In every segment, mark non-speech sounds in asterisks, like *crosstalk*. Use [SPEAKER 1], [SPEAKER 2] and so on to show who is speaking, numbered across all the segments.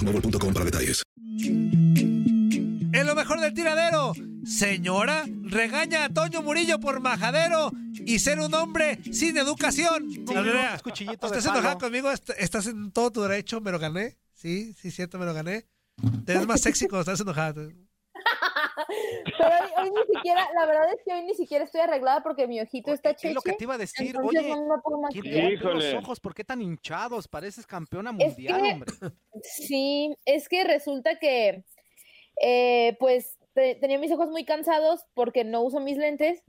[SPEAKER 1] mobile.com para detalles.
[SPEAKER 2] En lo mejor del tiradero, señora, regaña a Toño Murillo por majadero y ser un hombre sin educación. Andrea,
[SPEAKER 3] cuchillito de
[SPEAKER 2] ¿estás
[SPEAKER 3] palo.
[SPEAKER 2] enojada conmigo? Est- Estás en todo tu derecho, me lo gané. Sí, sí, cierto, me lo gané. Te ves más sexy cuando estás enojada.
[SPEAKER 4] Pero hoy, hoy ni siquiera, la verdad es que hoy ni siquiera estoy arreglada porque mi ojito está cheche.
[SPEAKER 3] Es lo que te iba a decir,
[SPEAKER 4] entonces
[SPEAKER 3] oye,
[SPEAKER 4] no me puedo
[SPEAKER 3] ¿quién
[SPEAKER 4] maquillar.
[SPEAKER 3] te golpeó los
[SPEAKER 5] Híjole.
[SPEAKER 3] ojos? ¿Por qué tan hinchados? Pareces campeona
[SPEAKER 4] Es
[SPEAKER 3] mundial,
[SPEAKER 4] que-
[SPEAKER 3] hombre.
[SPEAKER 4] Sí, es que resulta que, eh, pues, te- tenía mis ojos muy cansados porque no uso mis lentes.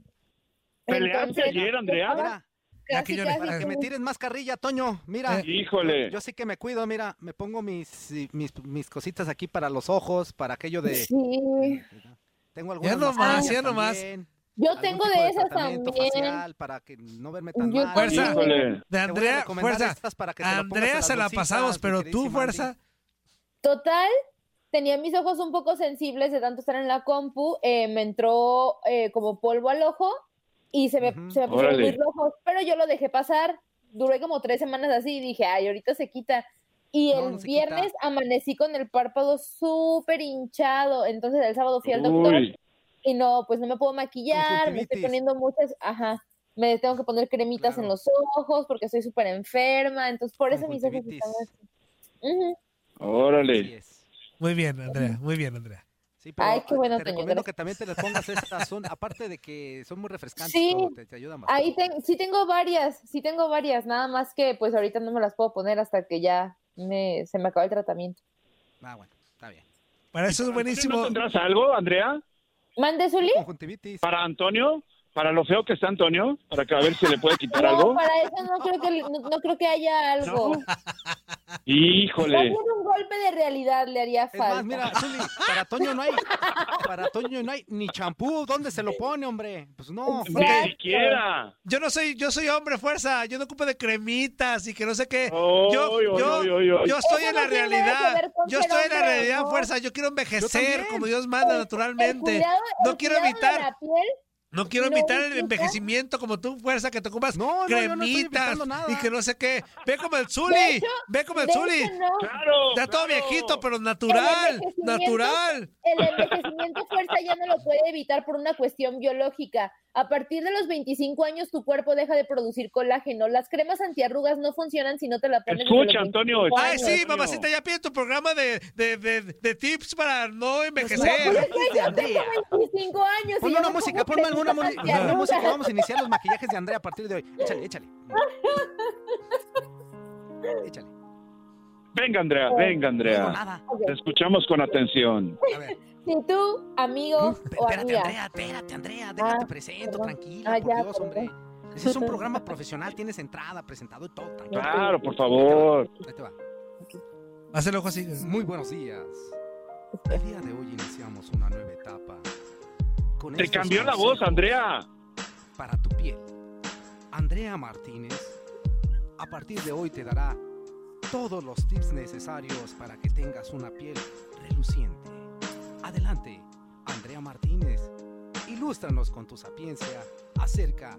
[SPEAKER 5] Peleaste ayer, Andrea.
[SPEAKER 3] Mira,
[SPEAKER 4] Casi,
[SPEAKER 3] que yo-
[SPEAKER 4] casi
[SPEAKER 3] para que me
[SPEAKER 4] como-
[SPEAKER 3] tiren más carrilla, Toño. Mira,
[SPEAKER 2] Eh,
[SPEAKER 5] Híjole.
[SPEAKER 3] yo sí que me cuido, mira, me pongo mis, mis, mis cositas aquí para los ojos, para aquello de...
[SPEAKER 4] Sí.
[SPEAKER 3] Tengo algunas
[SPEAKER 2] nomás,
[SPEAKER 3] mascarillas
[SPEAKER 2] ya nomás.
[SPEAKER 3] también,
[SPEAKER 4] Yo
[SPEAKER 3] algún
[SPEAKER 4] tengo
[SPEAKER 3] tipo
[SPEAKER 4] de esas
[SPEAKER 3] tratamiento
[SPEAKER 4] también.
[SPEAKER 3] facial para que no verme tan
[SPEAKER 4] Yo
[SPEAKER 3] mal.
[SPEAKER 2] Fuerza. también.
[SPEAKER 5] Híjole.
[SPEAKER 2] De
[SPEAKER 3] Te voy a
[SPEAKER 2] Andrea,
[SPEAKER 3] recomendar
[SPEAKER 2] fuerza.
[SPEAKER 3] estas para que te lo pongas en
[SPEAKER 2] Andrea
[SPEAKER 3] las
[SPEAKER 2] se la
[SPEAKER 3] bolsitas,
[SPEAKER 2] pasamos,
[SPEAKER 3] mi
[SPEAKER 2] pero tú,
[SPEAKER 3] queridísima
[SPEAKER 2] fuerza.
[SPEAKER 3] Andy.
[SPEAKER 4] Total, tenía mis ojos un poco sensibles de tanto estar en la compu, eh, me entró eh, como polvo al ojo y se me,
[SPEAKER 3] Ujú.
[SPEAKER 4] se me pusieron
[SPEAKER 5] Órale.
[SPEAKER 4] muy rojos, pero yo lo dejé pasar, duré como tres semanas así y dije, ay, ahorita se quita. Y
[SPEAKER 3] No,
[SPEAKER 4] el
[SPEAKER 3] no se quita.
[SPEAKER 4] viernes amanecí con el párpado súper hinchado, entonces el sábado fui al doctor
[SPEAKER 5] Uy,
[SPEAKER 4] y no, pues no me puedo maquillar, me estoy
[SPEAKER 3] Conjuntivitis.
[SPEAKER 4] poniendo muchas, ajá, me tengo que poner cremitas en
[SPEAKER 3] Claro.
[SPEAKER 4] los ojos porque estoy súper enferma, entonces por eso mis ojos están
[SPEAKER 3] Conjuntivitis.
[SPEAKER 4] así. Ujú.
[SPEAKER 3] Así
[SPEAKER 5] órale.
[SPEAKER 3] es.
[SPEAKER 2] Muy bien, Andrea, muy bien, Andrea.
[SPEAKER 3] Sí, pero
[SPEAKER 4] Ay, qué
[SPEAKER 3] ah,
[SPEAKER 4] bueno,
[SPEAKER 3] te
[SPEAKER 4] Toño,
[SPEAKER 3] recomiendo
[SPEAKER 4] gracias.
[SPEAKER 3] que también te las pongas estas, son, aparte de que son muy refrescantes,
[SPEAKER 4] Sí.
[SPEAKER 3] todo, te, te ayudan bastante.
[SPEAKER 4] Ahí ten- sí tengo varias, sí tengo varias, nada más que pues ahorita no me las puedo poner hasta que ya me, se me acaba el tratamiento.
[SPEAKER 3] Ah, bueno, está bien.
[SPEAKER 2] Para eso es
[SPEAKER 5] ¿No
[SPEAKER 2] buenísimo.
[SPEAKER 5] tendrás algo, Andrea?
[SPEAKER 4] ¿Mande, Zuli?
[SPEAKER 3] Conjuntivitis.
[SPEAKER 5] ¿Para Antonio? ¿Para lo feo que está Antonio? ¿Para que a ver si le puede quitar
[SPEAKER 4] No,
[SPEAKER 5] algo?
[SPEAKER 4] para eso no creo que, le- no, no creo que haya algo. Va a
[SPEAKER 5] Híjole.
[SPEAKER 4] ser un golpe de realidad, le haría
[SPEAKER 3] Es
[SPEAKER 4] falta.
[SPEAKER 3] más, mira, Zuli, para Toño no hay, para Toño no hay ni champú, ¿dónde se lo pone, hombre? Pues no,
[SPEAKER 5] Ni
[SPEAKER 4] Exacto.
[SPEAKER 5] siquiera.
[SPEAKER 2] Yo no soy, yo soy hombre fuerza, yo no ocupo de cremitas y que no sé qué.
[SPEAKER 5] Oy,
[SPEAKER 2] Yo,
[SPEAKER 5] oy,
[SPEAKER 2] yo,
[SPEAKER 5] oy, oy, oy.
[SPEAKER 2] yo estoy
[SPEAKER 4] Eso
[SPEAKER 2] en
[SPEAKER 4] no
[SPEAKER 2] la
[SPEAKER 4] tiene nada que
[SPEAKER 2] realidad.
[SPEAKER 4] ver con
[SPEAKER 2] Yo
[SPEAKER 4] ser
[SPEAKER 2] estoy en la
[SPEAKER 4] hombre,
[SPEAKER 2] realidad,
[SPEAKER 4] ¿no?
[SPEAKER 2] fuerza. Yo quiero envejecer
[SPEAKER 3] también.
[SPEAKER 2] como Dios manda,
[SPEAKER 4] El
[SPEAKER 2] naturalmente.
[SPEAKER 4] cuidado-
[SPEAKER 2] No
[SPEAKER 4] el
[SPEAKER 2] quiero
[SPEAKER 4] cuidado de
[SPEAKER 2] evitar-
[SPEAKER 4] la piel,
[SPEAKER 2] No quiero
[SPEAKER 4] ¿No
[SPEAKER 2] evitar el
[SPEAKER 4] implica?
[SPEAKER 2] envejecimiento como tú, fuerza, que te ocupas
[SPEAKER 3] No, no, yo no estoy
[SPEAKER 2] cremitas
[SPEAKER 3] evitando nada.
[SPEAKER 2] y que no sé qué. Ve como el
[SPEAKER 4] De
[SPEAKER 2] Zuli,
[SPEAKER 4] hecho-
[SPEAKER 2] ve como el
[SPEAKER 4] de
[SPEAKER 2] Zuli.
[SPEAKER 4] hecho, no.
[SPEAKER 5] Claro.
[SPEAKER 2] Está todo
[SPEAKER 5] claro.
[SPEAKER 2] viejito, pero natural,
[SPEAKER 4] envejecimiento-
[SPEAKER 2] natural.
[SPEAKER 4] El envejecimiento fuerza ya no lo puede evitar por una cuestión biológica. A partir de los 25 años tu cuerpo deja de producir colágeno. Las cremas antiarrugas no funcionan si no te la pones. desde los
[SPEAKER 5] Escucha, Antonio.
[SPEAKER 3] Ah,
[SPEAKER 4] 25
[SPEAKER 2] Ay,
[SPEAKER 4] años.
[SPEAKER 2] sí,
[SPEAKER 5] Antonio.
[SPEAKER 2] mamacita, ya pide tu programa de, de, de, de tips para no
[SPEAKER 4] Pues
[SPEAKER 2] envejecer.
[SPEAKER 4] es que yo tengo 25 años. y
[SPEAKER 3] Ponle
[SPEAKER 4] yo
[SPEAKER 3] una
[SPEAKER 4] me
[SPEAKER 3] música,
[SPEAKER 4] pongo
[SPEAKER 3] ponme alguna mu-
[SPEAKER 4] cremas
[SPEAKER 3] alguna música.
[SPEAKER 4] antiarrugas.
[SPEAKER 3] Vamos a iniciar los maquillajes de Andrea a partir de hoy. Échale, échale. Échale.
[SPEAKER 5] Venga, Andrea, venga,
[SPEAKER 3] No,
[SPEAKER 5] Andrea.
[SPEAKER 3] nada.
[SPEAKER 4] Ok,
[SPEAKER 5] Te escuchamos con atención.
[SPEAKER 3] A ver.
[SPEAKER 4] Si tú, amigo o
[SPEAKER 3] Espérate,
[SPEAKER 4] amiga,
[SPEAKER 3] Andrea, espérate, Andrea. Déjate
[SPEAKER 4] Ah,
[SPEAKER 3] presento,
[SPEAKER 4] perdón.
[SPEAKER 3] tranquila,
[SPEAKER 4] Ah,
[SPEAKER 3] por
[SPEAKER 4] ya,
[SPEAKER 3] Dios, hombre. Ese
[SPEAKER 4] *laughs*
[SPEAKER 3] es un programa profesional, tienes entrada, presentado y todo, tranquila.
[SPEAKER 5] Claro, por favor.
[SPEAKER 3] Ahí te va.
[SPEAKER 2] Haz el ojo así.
[SPEAKER 6] Muy buenos días. El día de hoy iniciamos una nueva etapa. con
[SPEAKER 5] Te
[SPEAKER 6] estos
[SPEAKER 5] cambió la voz,
[SPEAKER 6] consejos
[SPEAKER 5] Andrea.
[SPEAKER 6] Para tu piel. Andrea Martínez, a partir de hoy te dará todos los tips necesarios para que tengas una piel reluciente. Adelante, Andrea Martínez. Ilústranos con tu sapiencia acerca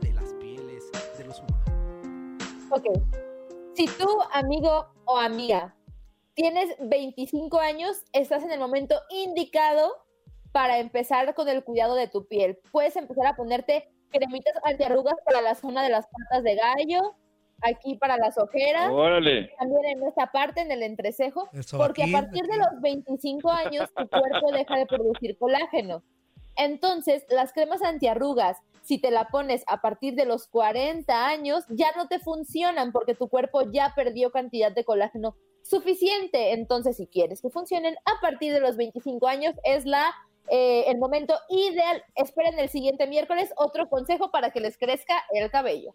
[SPEAKER 6] de las pieles de los humanos.
[SPEAKER 4] Ok. Si tú, amigo o amiga, tienes 25 años, estás en el momento indicado para empezar con el cuidado de tu piel. Puedes empezar a ponerte cremitas antiarrugas para la zona de las patas de gallo, aquí para las ojeras.
[SPEAKER 3] Oh.
[SPEAKER 5] Órale.
[SPEAKER 4] También en esta parte, en el entrecejo,
[SPEAKER 5] El
[SPEAKER 4] porque a
[SPEAKER 5] sobaquín,
[SPEAKER 4] partir de los 25 años tu cuerpo deja de producir colágeno. Entonces, las cremas antiarrugas, si te la pones a partir de los 40 años, ya no te funcionan porque tu cuerpo ya perdió cantidad de colágeno suficiente. Entonces, si quieres que funcionen a partir de los 25 años, es la eh, el momento ideal. Esperen el siguiente miércoles otro consejo para que les crezca el cabello.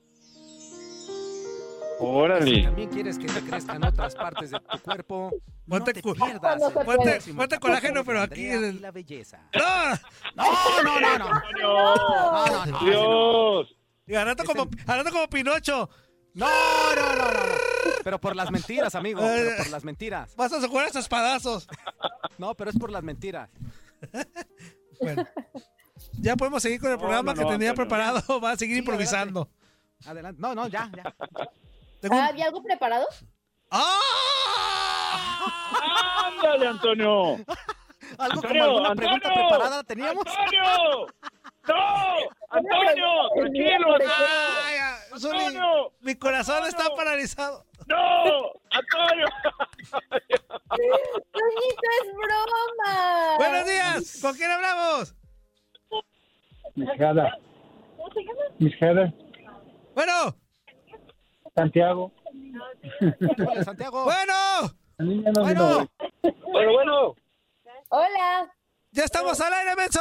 [SPEAKER 6] Si
[SPEAKER 5] Órale.
[SPEAKER 6] también quieres que te crezcan otras partes de tu cuerpo,
[SPEAKER 2] Ponte,
[SPEAKER 6] no te
[SPEAKER 2] cu-
[SPEAKER 6] pierdas. el
[SPEAKER 2] ponte-
[SPEAKER 6] próximo
[SPEAKER 2] ponte
[SPEAKER 6] capítulo
[SPEAKER 2] colágeno,
[SPEAKER 6] de
[SPEAKER 2] pero aquí
[SPEAKER 6] Andrea
[SPEAKER 2] en-
[SPEAKER 6] y la belleza.
[SPEAKER 2] ¡No, no, no, no!
[SPEAKER 6] No, no, no.
[SPEAKER 5] ¡Dios!
[SPEAKER 2] Y al rato como, al rato como Pinocho. ¡No, no, no, no!
[SPEAKER 3] Pero por las mentiras, amigo. Pero por las mentiras.
[SPEAKER 2] Vas a jugar esos espadazos.
[SPEAKER 3] No, pero es por las mentiras.
[SPEAKER 2] Ya podemos seguir con el
[SPEAKER 3] No,
[SPEAKER 2] programa
[SPEAKER 3] no,
[SPEAKER 2] que
[SPEAKER 3] no,
[SPEAKER 2] tenía
[SPEAKER 3] Antonio.
[SPEAKER 2] preparado. *laughs* Va a seguir improvisando.
[SPEAKER 3] Adelante. No, no, ya, ya.
[SPEAKER 4] Ah, ¿Había algo preparado?
[SPEAKER 2] ¡Ah!
[SPEAKER 3] *laughs*
[SPEAKER 5] ¡Ándale, Antonio!
[SPEAKER 3] Algo
[SPEAKER 5] Antonio,
[SPEAKER 3] como alguna pregunta
[SPEAKER 5] Antonio,
[SPEAKER 3] preparada teníamos.
[SPEAKER 5] ¡Antonio! ¡No! ¡Antonio! ¡Tranquilo!
[SPEAKER 2] Ay, ah, Zuli,
[SPEAKER 5] ¡Antonio!
[SPEAKER 2] mi corazón está paralizado.
[SPEAKER 5] ¡No! ¡Antonio!
[SPEAKER 4] ¡Toñito, es broma!
[SPEAKER 2] Buenos días. ¿Con quién hablamos?
[SPEAKER 7] Mis Jada, mis Jada,
[SPEAKER 2] Bueno,
[SPEAKER 7] Santiago.
[SPEAKER 3] Santiago.
[SPEAKER 2] Bueno.
[SPEAKER 7] Bueno.
[SPEAKER 5] Bueno, bueno.
[SPEAKER 4] Hola.
[SPEAKER 2] Ya estamos al aire, menso.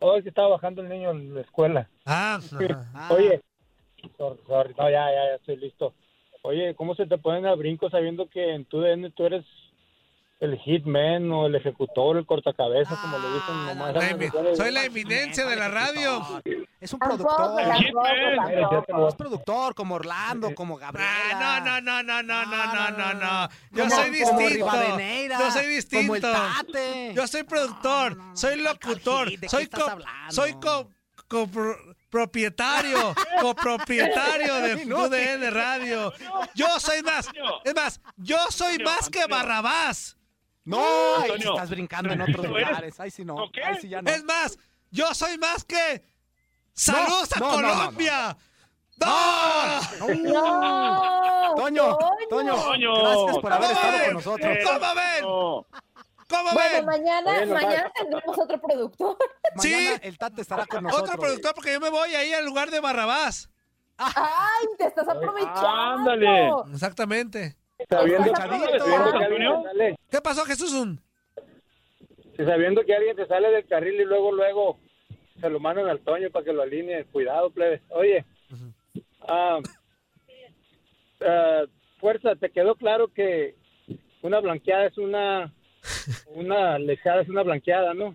[SPEAKER 7] Hoy se estaba bajando el niño en la escuela.
[SPEAKER 2] Ah.
[SPEAKER 7] Oye, sorry, sorry, no, ya, ya, ya estoy listo. Oye, ¿cómo se te ponen a brinco sabiendo que en tu DN tú eres el hitman o el ejecutor, el cortacabezas, como le
[SPEAKER 3] Ah,
[SPEAKER 7] dicen nomás?
[SPEAKER 2] La emi- soy la eminencia de la radio.
[SPEAKER 3] Es
[SPEAKER 4] Ah,
[SPEAKER 3] un
[SPEAKER 2] Tampoco,
[SPEAKER 3] productor.
[SPEAKER 2] tampoco, tampoco.
[SPEAKER 3] Es productor como Orlando, como Gabriela.
[SPEAKER 2] Eh, Ah, No, no, no, no, no, no, no, no. Yo
[SPEAKER 3] Como-
[SPEAKER 2] soy
[SPEAKER 3] como
[SPEAKER 2] distinto.
[SPEAKER 3] Rivadeneira,
[SPEAKER 2] Yo soy
[SPEAKER 3] como el
[SPEAKER 2] distinto.
[SPEAKER 3] Tate.
[SPEAKER 2] Yo soy productor, soy locutor,
[SPEAKER 3] ¿de qué
[SPEAKER 2] soy
[SPEAKER 3] estás
[SPEAKER 2] co-
[SPEAKER 3] hablando?
[SPEAKER 2] soy co- copro-
[SPEAKER 3] *laughs*
[SPEAKER 2] propietario, copropietario de
[SPEAKER 3] Inútil.
[SPEAKER 2] UDN Radio. Yo soy más, es más, yo soy más que Barrabás.
[SPEAKER 3] No, ahí sí estás brincando en otros
[SPEAKER 2] Antonio, ¿eres-
[SPEAKER 3] lugares. Ahí sí no. Ahí sí ya no.
[SPEAKER 2] Es más, yo soy más que Saludos a
[SPEAKER 3] no, no, no, no.
[SPEAKER 2] Colombia.
[SPEAKER 3] No.
[SPEAKER 4] No,
[SPEAKER 3] Toño, Toño,
[SPEAKER 5] Toño.
[SPEAKER 3] gracias por haber
[SPEAKER 5] ¿Cómo
[SPEAKER 3] estado
[SPEAKER 5] ven?
[SPEAKER 3] con nosotros.
[SPEAKER 2] ¿Cómo ven?
[SPEAKER 5] No.
[SPEAKER 2] ¿Cómo
[SPEAKER 4] Bueno,
[SPEAKER 2] ven?
[SPEAKER 4] mañana,
[SPEAKER 3] Bueno,
[SPEAKER 4] mañana
[SPEAKER 3] bye.
[SPEAKER 4] tendremos otro productor.
[SPEAKER 3] Mañana el Tate estará con nosotros.
[SPEAKER 2] Otro productor porque yo me voy ahí al lugar de Barrabás.
[SPEAKER 4] ¡Ay, te estás aprovechando!
[SPEAKER 5] Ándale.
[SPEAKER 2] Exactamente.
[SPEAKER 7] Sabiendo,
[SPEAKER 2] Pachadito.
[SPEAKER 7] sabiendo que alguien te sale-
[SPEAKER 2] ¿Qué pasó, Jesús? Un-
[SPEAKER 7] si sabiendo que alguien te sale del carril y luego, luego se lo mandan al Toño para que lo alinee. Cuidado, plebes. Oye, ah, ah, fuerza, te quedó claro que una blanqueada es una, una lechada es una blanqueada, ¿no?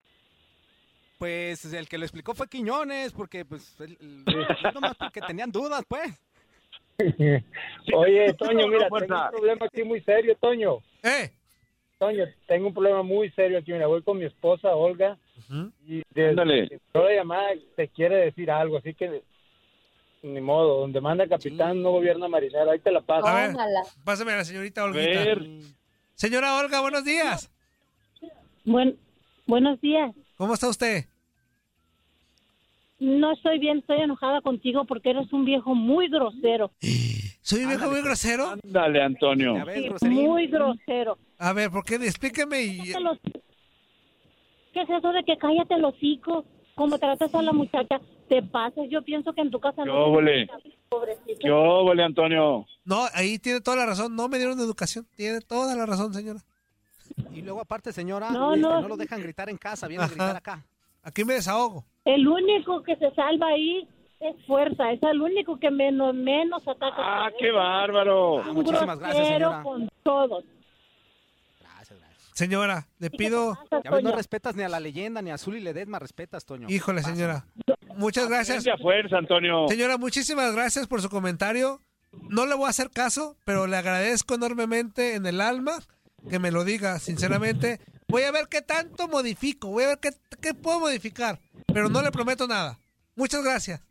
[SPEAKER 3] Pues el que lo explicó fue Quiñones, porque pues el- el- nomás porque tenían dudas, pues.
[SPEAKER 7] Oye, Toño,
[SPEAKER 3] No,
[SPEAKER 7] mira,
[SPEAKER 3] fuerza.
[SPEAKER 7] tengo un problema aquí muy serio, Toño.
[SPEAKER 2] ¿Eh?
[SPEAKER 7] Toño, tengo un problema muy serio aquí. Mira, voy con mi esposa, Olga, y
[SPEAKER 5] Ándale.
[SPEAKER 7] desde entró la llamada te quiere decir algo, así que ni modo, donde manda capitán no gobierna marinero, ahí te la paso.
[SPEAKER 2] A ver, pásame a la señorita Olguita.
[SPEAKER 7] ver.
[SPEAKER 2] Señora Olga, buenos días.
[SPEAKER 8] Buen, buenos días.
[SPEAKER 2] ¿Cómo está usted?
[SPEAKER 8] No estoy bien, estoy enojada contigo porque eres un viejo muy grosero.
[SPEAKER 2] ¿Soy un viejo muy grosero?
[SPEAKER 5] Ándale, Antonio.
[SPEAKER 8] Sí, muy grosero.
[SPEAKER 2] A ver, ¿por qué? Explíqueme y...
[SPEAKER 8] Cállate los- ¿Qué es eso de que cállate los hocico? ¿Cómo tratas a la muchacha? ¿Te pasas? Yo pienso que en tu casa
[SPEAKER 5] ¿Qué óvole?
[SPEAKER 8] Pobrecito.
[SPEAKER 5] ¿Qué óvole, Antonio?
[SPEAKER 2] No, ahí tiene toda la razón. No me dieron educación. Tiene toda la razón, señora.
[SPEAKER 3] Y luego aparte, señora,
[SPEAKER 8] No,
[SPEAKER 3] este, no,
[SPEAKER 8] no.
[SPEAKER 3] lo dejan gritar en casa, viene a gritar acá.
[SPEAKER 2] Aquí me desahogo.
[SPEAKER 8] El único que se salva ahí es fuerza. Es el único que menos, menos ataca.
[SPEAKER 5] ¡Ah, qué
[SPEAKER 7] Oh.
[SPEAKER 5] bárbaro!
[SPEAKER 8] Un
[SPEAKER 3] muchísimas gracias,
[SPEAKER 8] grosero pues,
[SPEAKER 3] señora.
[SPEAKER 8] con todos.
[SPEAKER 2] Señora, le pido...
[SPEAKER 3] Ya ves, no respetas ni a la leyenda, ni a Azul y Ledesma respetas, Toño.
[SPEAKER 2] Híjole, señora. Muchas gracias.
[SPEAKER 5] fuerza, Antonio.
[SPEAKER 2] Señora, muchísimas gracias por su comentario. No le voy a hacer caso, pero le agradezco enormemente en el alma que me lo diga, sinceramente. Voy a ver qué tanto modifico, voy a ver qué, qué puedo modificar, pero no le prometo nada. Muchas gracias.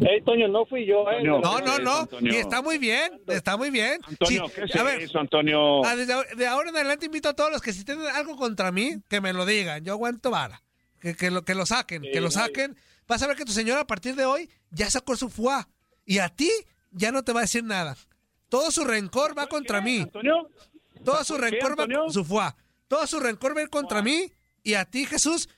[SPEAKER 7] Ey, Toño, no fui yo, ¿eh?
[SPEAKER 2] No, no, no. Y está muy bien, está muy bien.
[SPEAKER 5] Antonio,
[SPEAKER 2] Sí,
[SPEAKER 5] ¿qué es
[SPEAKER 2] a ver,
[SPEAKER 5] eso, Antonio?
[SPEAKER 2] Ah, desde ahora- de ahora en adelante invito a todos los que si tienen algo contra mí, que me lo digan. Yo aguanto vara. Que, que lo, que lo saquen, que lo
[SPEAKER 5] no,
[SPEAKER 2] saquen. Vas a ver que tu señora a partir de hoy ya sacó su fuá. Y a ti ya no te va a decir nada. Todo su rencor va contra mí. Todo su rencor va su fuá. Todo su rencor va a ir contra mí. Y a ti, Jesús,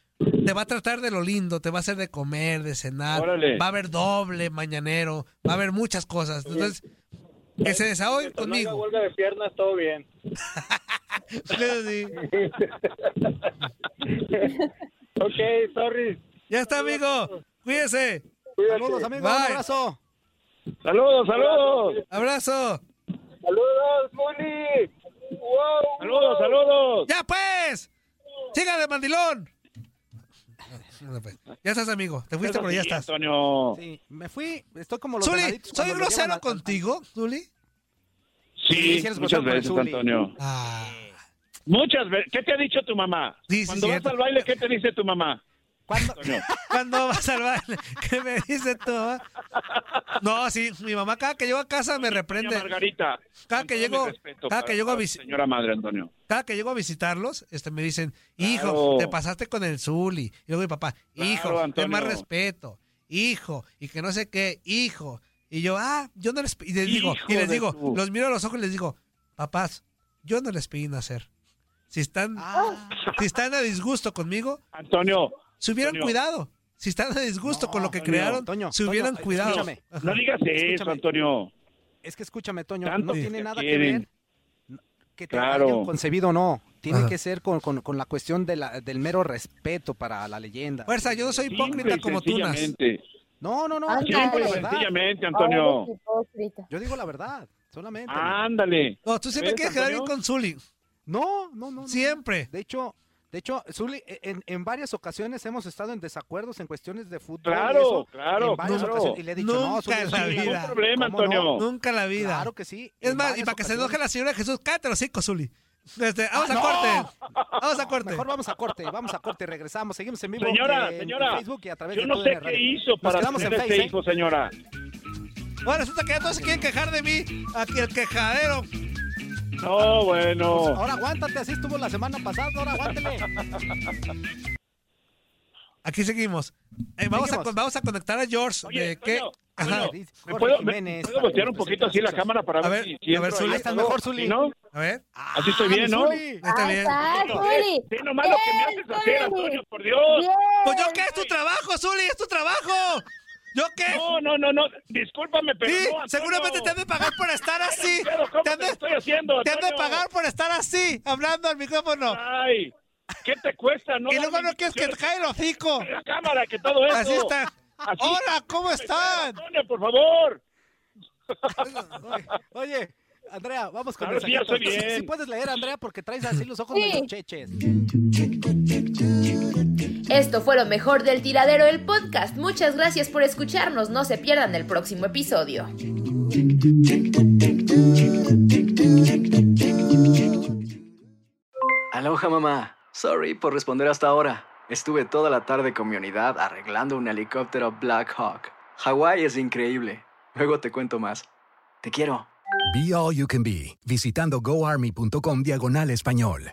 [SPEAKER 2] te va a tratar de lo lindo. Te va a hacer de comer, de cenar.
[SPEAKER 5] Órale.
[SPEAKER 2] Va a haber doble mañanero. Va a haber muchas cosas. Entonces, que se desahogue
[SPEAKER 7] No haga
[SPEAKER 2] conmigo.
[SPEAKER 7] huelga de piernas, todo
[SPEAKER 2] *laughs*
[SPEAKER 7] bien. ok, sorry.
[SPEAKER 2] Ya está, amigo. Cuídese.
[SPEAKER 3] Saludos, amigo. Un
[SPEAKER 2] Bye.
[SPEAKER 3] abrazo.
[SPEAKER 5] Saludos, saludos.
[SPEAKER 2] Abrazo.
[SPEAKER 7] Saludos, Moni.
[SPEAKER 5] Saludos, saludos.
[SPEAKER 2] ¡Ya pues! ¡Sígale, mandilón! Ya estás, amigo. Te fuiste,
[SPEAKER 3] Eso
[SPEAKER 2] pero ya
[SPEAKER 3] sí,
[SPEAKER 2] estás.
[SPEAKER 5] Antonio.
[SPEAKER 3] Sí, me fui, estoy como los
[SPEAKER 2] Zuli,
[SPEAKER 3] venaditos
[SPEAKER 2] ¿soy
[SPEAKER 3] cuando los llevan
[SPEAKER 2] grosero
[SPEAKER 3] al-
[SPEAKER 2] contigo, Zuli?
[SPEAKER 5] Sí,
[SPEAKER 3] Sí, sí eres
[SPEAKER 5] muchas
[SPEAKER 3] grosero con el
[SPEAKER 5] veces,
[SPEAKER 3] Zuli.
[SPEAKER 5] Antonio.
[SPEAKER 2] Ah.
[SPEAKER 5] Muchas veces. ¿Qué te ha dicho tu mamá?
[SPEAKER 2] Sí, sí,
[SPEAKER 5] Cuando vas
[SPEAKER 2] cierto.
[SPEAKER 5] al baile, ¿qué te dice tu mamá?
[SPEAKER 3] ¿Cuándo?
[SPEAKER 5] Antonio.
[SPEAKER 2] ¿Cuándo vas al baile? *laughs* ¿Qué me dices tú? ah? No, sí, mi mamá cada que llego a casa me reprende.
[SPEAKER 5] Doña Margarita.
[SPEAKER 2] Cada que
[SPEAKER 5] Con todo
[SPEAKER 2] llego,
[SPEAKER 5] mi respeto
[SPEAKER 2] cada
[SPEAKER 5] para-
[SPEAKER 2] que llego a
[SPEAKER 5] para tu
[SPEAKER 2] visitar.
[SPEAKER 5] Señora madre, Antonio.
[SPEAKER 2] cada que llego a visitarlos, este, me dicen, hijo,
[SPEAKER 5] Claro.
[SPEAKER 2] te pasaste con el Zuli. Y luego mi papá, hijo,
[SPEAKER 5] Claro,
[SPEAKER 2] ten más
[SPEAKER 5] Antonio.
[SPEAKER 2] respeto, hijo, y que no sé qué, hijo. Y yo, ah, yo no les pe-". y les digo,
[SPEAKER 5] Hijo
[SPEAKER 2] y les
[SPEAKER 5] de
[SPEAKER 2] digo,
[SPEAKER 5] tu-
[SPEAKER 2] los miro a los ojos y les digo, papás, yo no les pedí nacer. Si están, si están a disgusto conmigo,
[SPEAKER 5] Antonio.
[SPEAKER 2] se hubieran
[SPEAKER 5] Antonio.
[SPEAKER 2] cuidado. Si están a disgusto con lo que
[SPEAKER 5] Antonio,
[SPEAKER 2] crearon,
[SPEAKER 3] Toño,
[SPEAKER 2] se hubieran
[SPEAKER 3] Toño,
[SPEAKER 2] cuidado.
[SPEAKER 3] escúchame.
[SPEAKER 2] Ajá.
[SPEAKER 5] No digas eso,
[SPEAKER 3] Escúchame.
[SPEAKER 5] Antonio.
[SPEAKER 3] Es que escúchame, Toño,
[SPEAKER 5] Tanto
[SPEAKER 3] no
[SPEAKER 5] que
[SPEAKER 3] tiene
[SPEAKER 5] te
[SPEAKER 3] nada que
[SPEAKER 5] quieren.
[SPEAKER 3] ver que te
[SPEAKER 5] Claro.
[SPEAKER 3] hayan concebido o no. Tiene
[SPEAKER 2] Ah.
[SPEAKER 5] Ajá.
[SPEAKER 3] que ser con, con- con la cuestión de la- del mero respeto para la leyenda.
[SPEAKER 2] Fuerza, yo no soy
[SPEAKER 5] Simple
[SPEAKER 2] hipócrita
[SPEAKER 5] y
[SPEAKER 2] como tú, Nas.
[SPEAKER 5] sencillamente.
[SPEAKER 3] No, no, no.
[SPEAKER 4] Ándale.
[SPEAKER 3] yo digo
[SPEAKER 5] Simple y
[SPEAKER 3] la verdad.
[SPEAKER 5] Ah, sencillamente, Antonio.
[SPEAKER 4] Ay, hipócrita.
[SPEAKER 3] Yo digo la verdad, solamente.
[SPEAKER 5] Ah. Ándale.
[SPEAKER 2] No, tú siempre
[SPEAKER 3] ¿Ves,
[SPEAKER 2] quieres quedar bien
[SPEAKER 3] Antonio?
[SPEAKER 2] con Zuli.
[SPEAKER 3] No, no, no. no.
[SPEAKER 2] Siempre.
[SPEAKER 3] De hecho, de hecho, Zuli, en, en varias ocasiones hemos estado en desacuerdos en cuestiones de fútbol. y
[SPEAKER 5] Claro,
[SPEAKER 3] eso,
[SPEAKER 5] claro,
[SPEAKER 3] En varias
[SPEAKER 5] claro.
[SPEAKER 3] ocasiones. Y le he dicho, no,
[SPEAKER 2] Nunca
[SPEAKER 3] Zuli,
[SPEAKER 2] en la
[SPEAKER 3] sí,
[SPEAKER 2] vida.
[SPEAKER 3] ¿cómo
[SPEAKER 5] problema,
[SPEAKER 3] no?
[SPEAKER 5] Antonio.
[SPEAKER 2] Nunca en la vida.
[SPEAKER 3] Claro que sí.
[SPEAKER 2] Es
[SPEAKER 3] en
[SPEAKER 2] más, y
[SPEAKER 3] varias
[SPEAKER 2] para que se enoje
[SPEAKER 3] ocasiones.
[SPEAKER 2] la señora Jesús, cállate los cinco, Zuli. Este, vamos
[SPEAKER 3] Ah,
[SPEAKER 2] a
[SPEAKER 3] no.
[SPEAKER 2] corte. Vamos a corte.
[SPEAKER 3] Mejor vamos a corte, vamos a corte, regresamos, seguimos en vivo.
[SPEAKER 5] Señora,
[SPEAKER 3] en
[SPEAKER 5] señora.
[SPEAKER 3] Facebook y a través
[SPEAKER 5] Yo
[SPEAKER 3] de
[SPEAKER 5] no
[SPEAKER 3] TUDN
[SPEAKER 5] sé qué
[SPEAKER 3] Radio.
[SPEAKER 5] hizo
[SPEAKER 3] Nos
[SPEAKER 5] para
[SPEAKER 3] quedamos
[SPEAKER 5] tener
[SPEAKER 3] en
[SPEAKER 5] este
[SPEAKER 3] Face, ¿eh?
[SPEAKER 5] hijo, señora.
[SPEAKER 2] Ahora resulta que ya todos se quieren quejar de mí. Aquí el quejadero.
[SPEAKER 5] No, bueno.
[SPEAKER 3] Ahora aguántate, así estuvo la semana pasada, ahora aguántale.
[SPEAKER 2] Aquí seguimos. Eh, vamos, a,
[SPEAKER 3] Seguimos.
[SPEAKER 2] con- vamos a conectar a George. de
[SPEAKER 5] Toño,
[SPEAKER 2] qué?
[SPEAKER 5] Toño,
[SPEAKER 2] Ajá.
[SPEAKER 3] Oye,
[SPEAKER 5] ¿Me
[SPEAKER 3] Jorge
[SPEAKER 5] puedo, me-
[SPEAKER 3] Jiménez,
[SPEAKER 5] puedo voltear un poquito así la cámara para
[SPEAKER 2] A
[SPEAKER 5] ver,
[SPEAKER 2] ver,
[SPEAKER 5] si,
[SPEAKER 2] a ver,
[SPEAKER 5] entro ahí?
[SPEAKER 2] Zuli. Ah,
[SPEAKER 3] Ahí estás mejor, Zuli.
[SPEAKER 5] ¿Sí, no?
[SPEAKER 2] A ver.
[SPEAKER 5] Así estoy bien, ¿no?
[SPEAKER 3] Zuli.
[SPEAKER 2] Está
[SPEAKER 4] Ahí
[SPEAKER 2] bien.
[SPEAKER 4] está, Zuli.
[SPEAKER 5] Sí, nomás lo que me haces hacer,
[SPEAKER 4] Zuli.
[SPEAKER 5] Antonio, por Dios.
[SPEAKER 4] Bien.
[SPEAKER 2] Pues yo qué es tu trabajo, Zuli, es tu trabajo. ¿Yo qué?
[SPEAKER 5] No, no, no, no. Discúlpame, pero.
[SPEAKER 2] sí,
[SPEAKER 5] no, Antonio.
[SPEAKER 2] seguramente te han de pagar por
[SPEAKER 5] *laughs*
[SPEAKER 2] estar así.
[SPEAKER 5] Pero, ¿cómo
[SPEAKER 2] Te han
[SPEAKER 5] te
[SPEAKER 2] de-
[SPEAKER 5] estoy haciendo,
[SPEAKER 2] te han de
[SPEAKER 5] Antonio?
[SPEAKER 2] pagar por estar así, hablando al micrófono.
[SPEAKER 5] Ay, ¿qué te cuesta,
[SPEAKER 3] *laughs*
[SPEAKER 5] no?
[SPEAKER 2] y luego
[SPEAKER 5] darme
[SPEAKER 2] no quieres que te
[SPEAKER 5] instrucciones
[SPEAKER 2] caiga el hocico.
[SPEAKER 5] en La cámara, que todo eso.
[SPEAKER 2] Así está.
[SPEAKER 5] Así-
[SPEAKER 2] Hola, ¿cómo están?
[SPEAKER 5] Antonio, por favor.
[SPEAKER 3] Oye, *laughs* Oye, Andrea, vamos con
[SPEAKER 5] Ahora sí, ya
[SPEAKER 3] mensajitos.
[SPEAKER 5] estoy
[SPEAKER 3] Si-
[SPEAKER 5] bien.
[SPEAKER 3] Si puedes leer, Andrea, porque traes así los ojos
[SPEAKER 4] Sí.
[SPEAKER 3] medio cheches.
[SPEAKER 4] Esto fue lo mejor del tiradero del podcast. Muchas gracias por escucharnos. No se pierdan el próximo episodio.
[SPEAKER 9] Aloha mamá. Sorry por responder hasta ahora. Estuve toda la tarde con mi unidad arreglando un helicóptero Black Hawk. Hawái es increíble. Luego te cuento más. Te quiero.
[SPEAKER 10] Be All You Can Be, visitando goarmy.com diagonal español.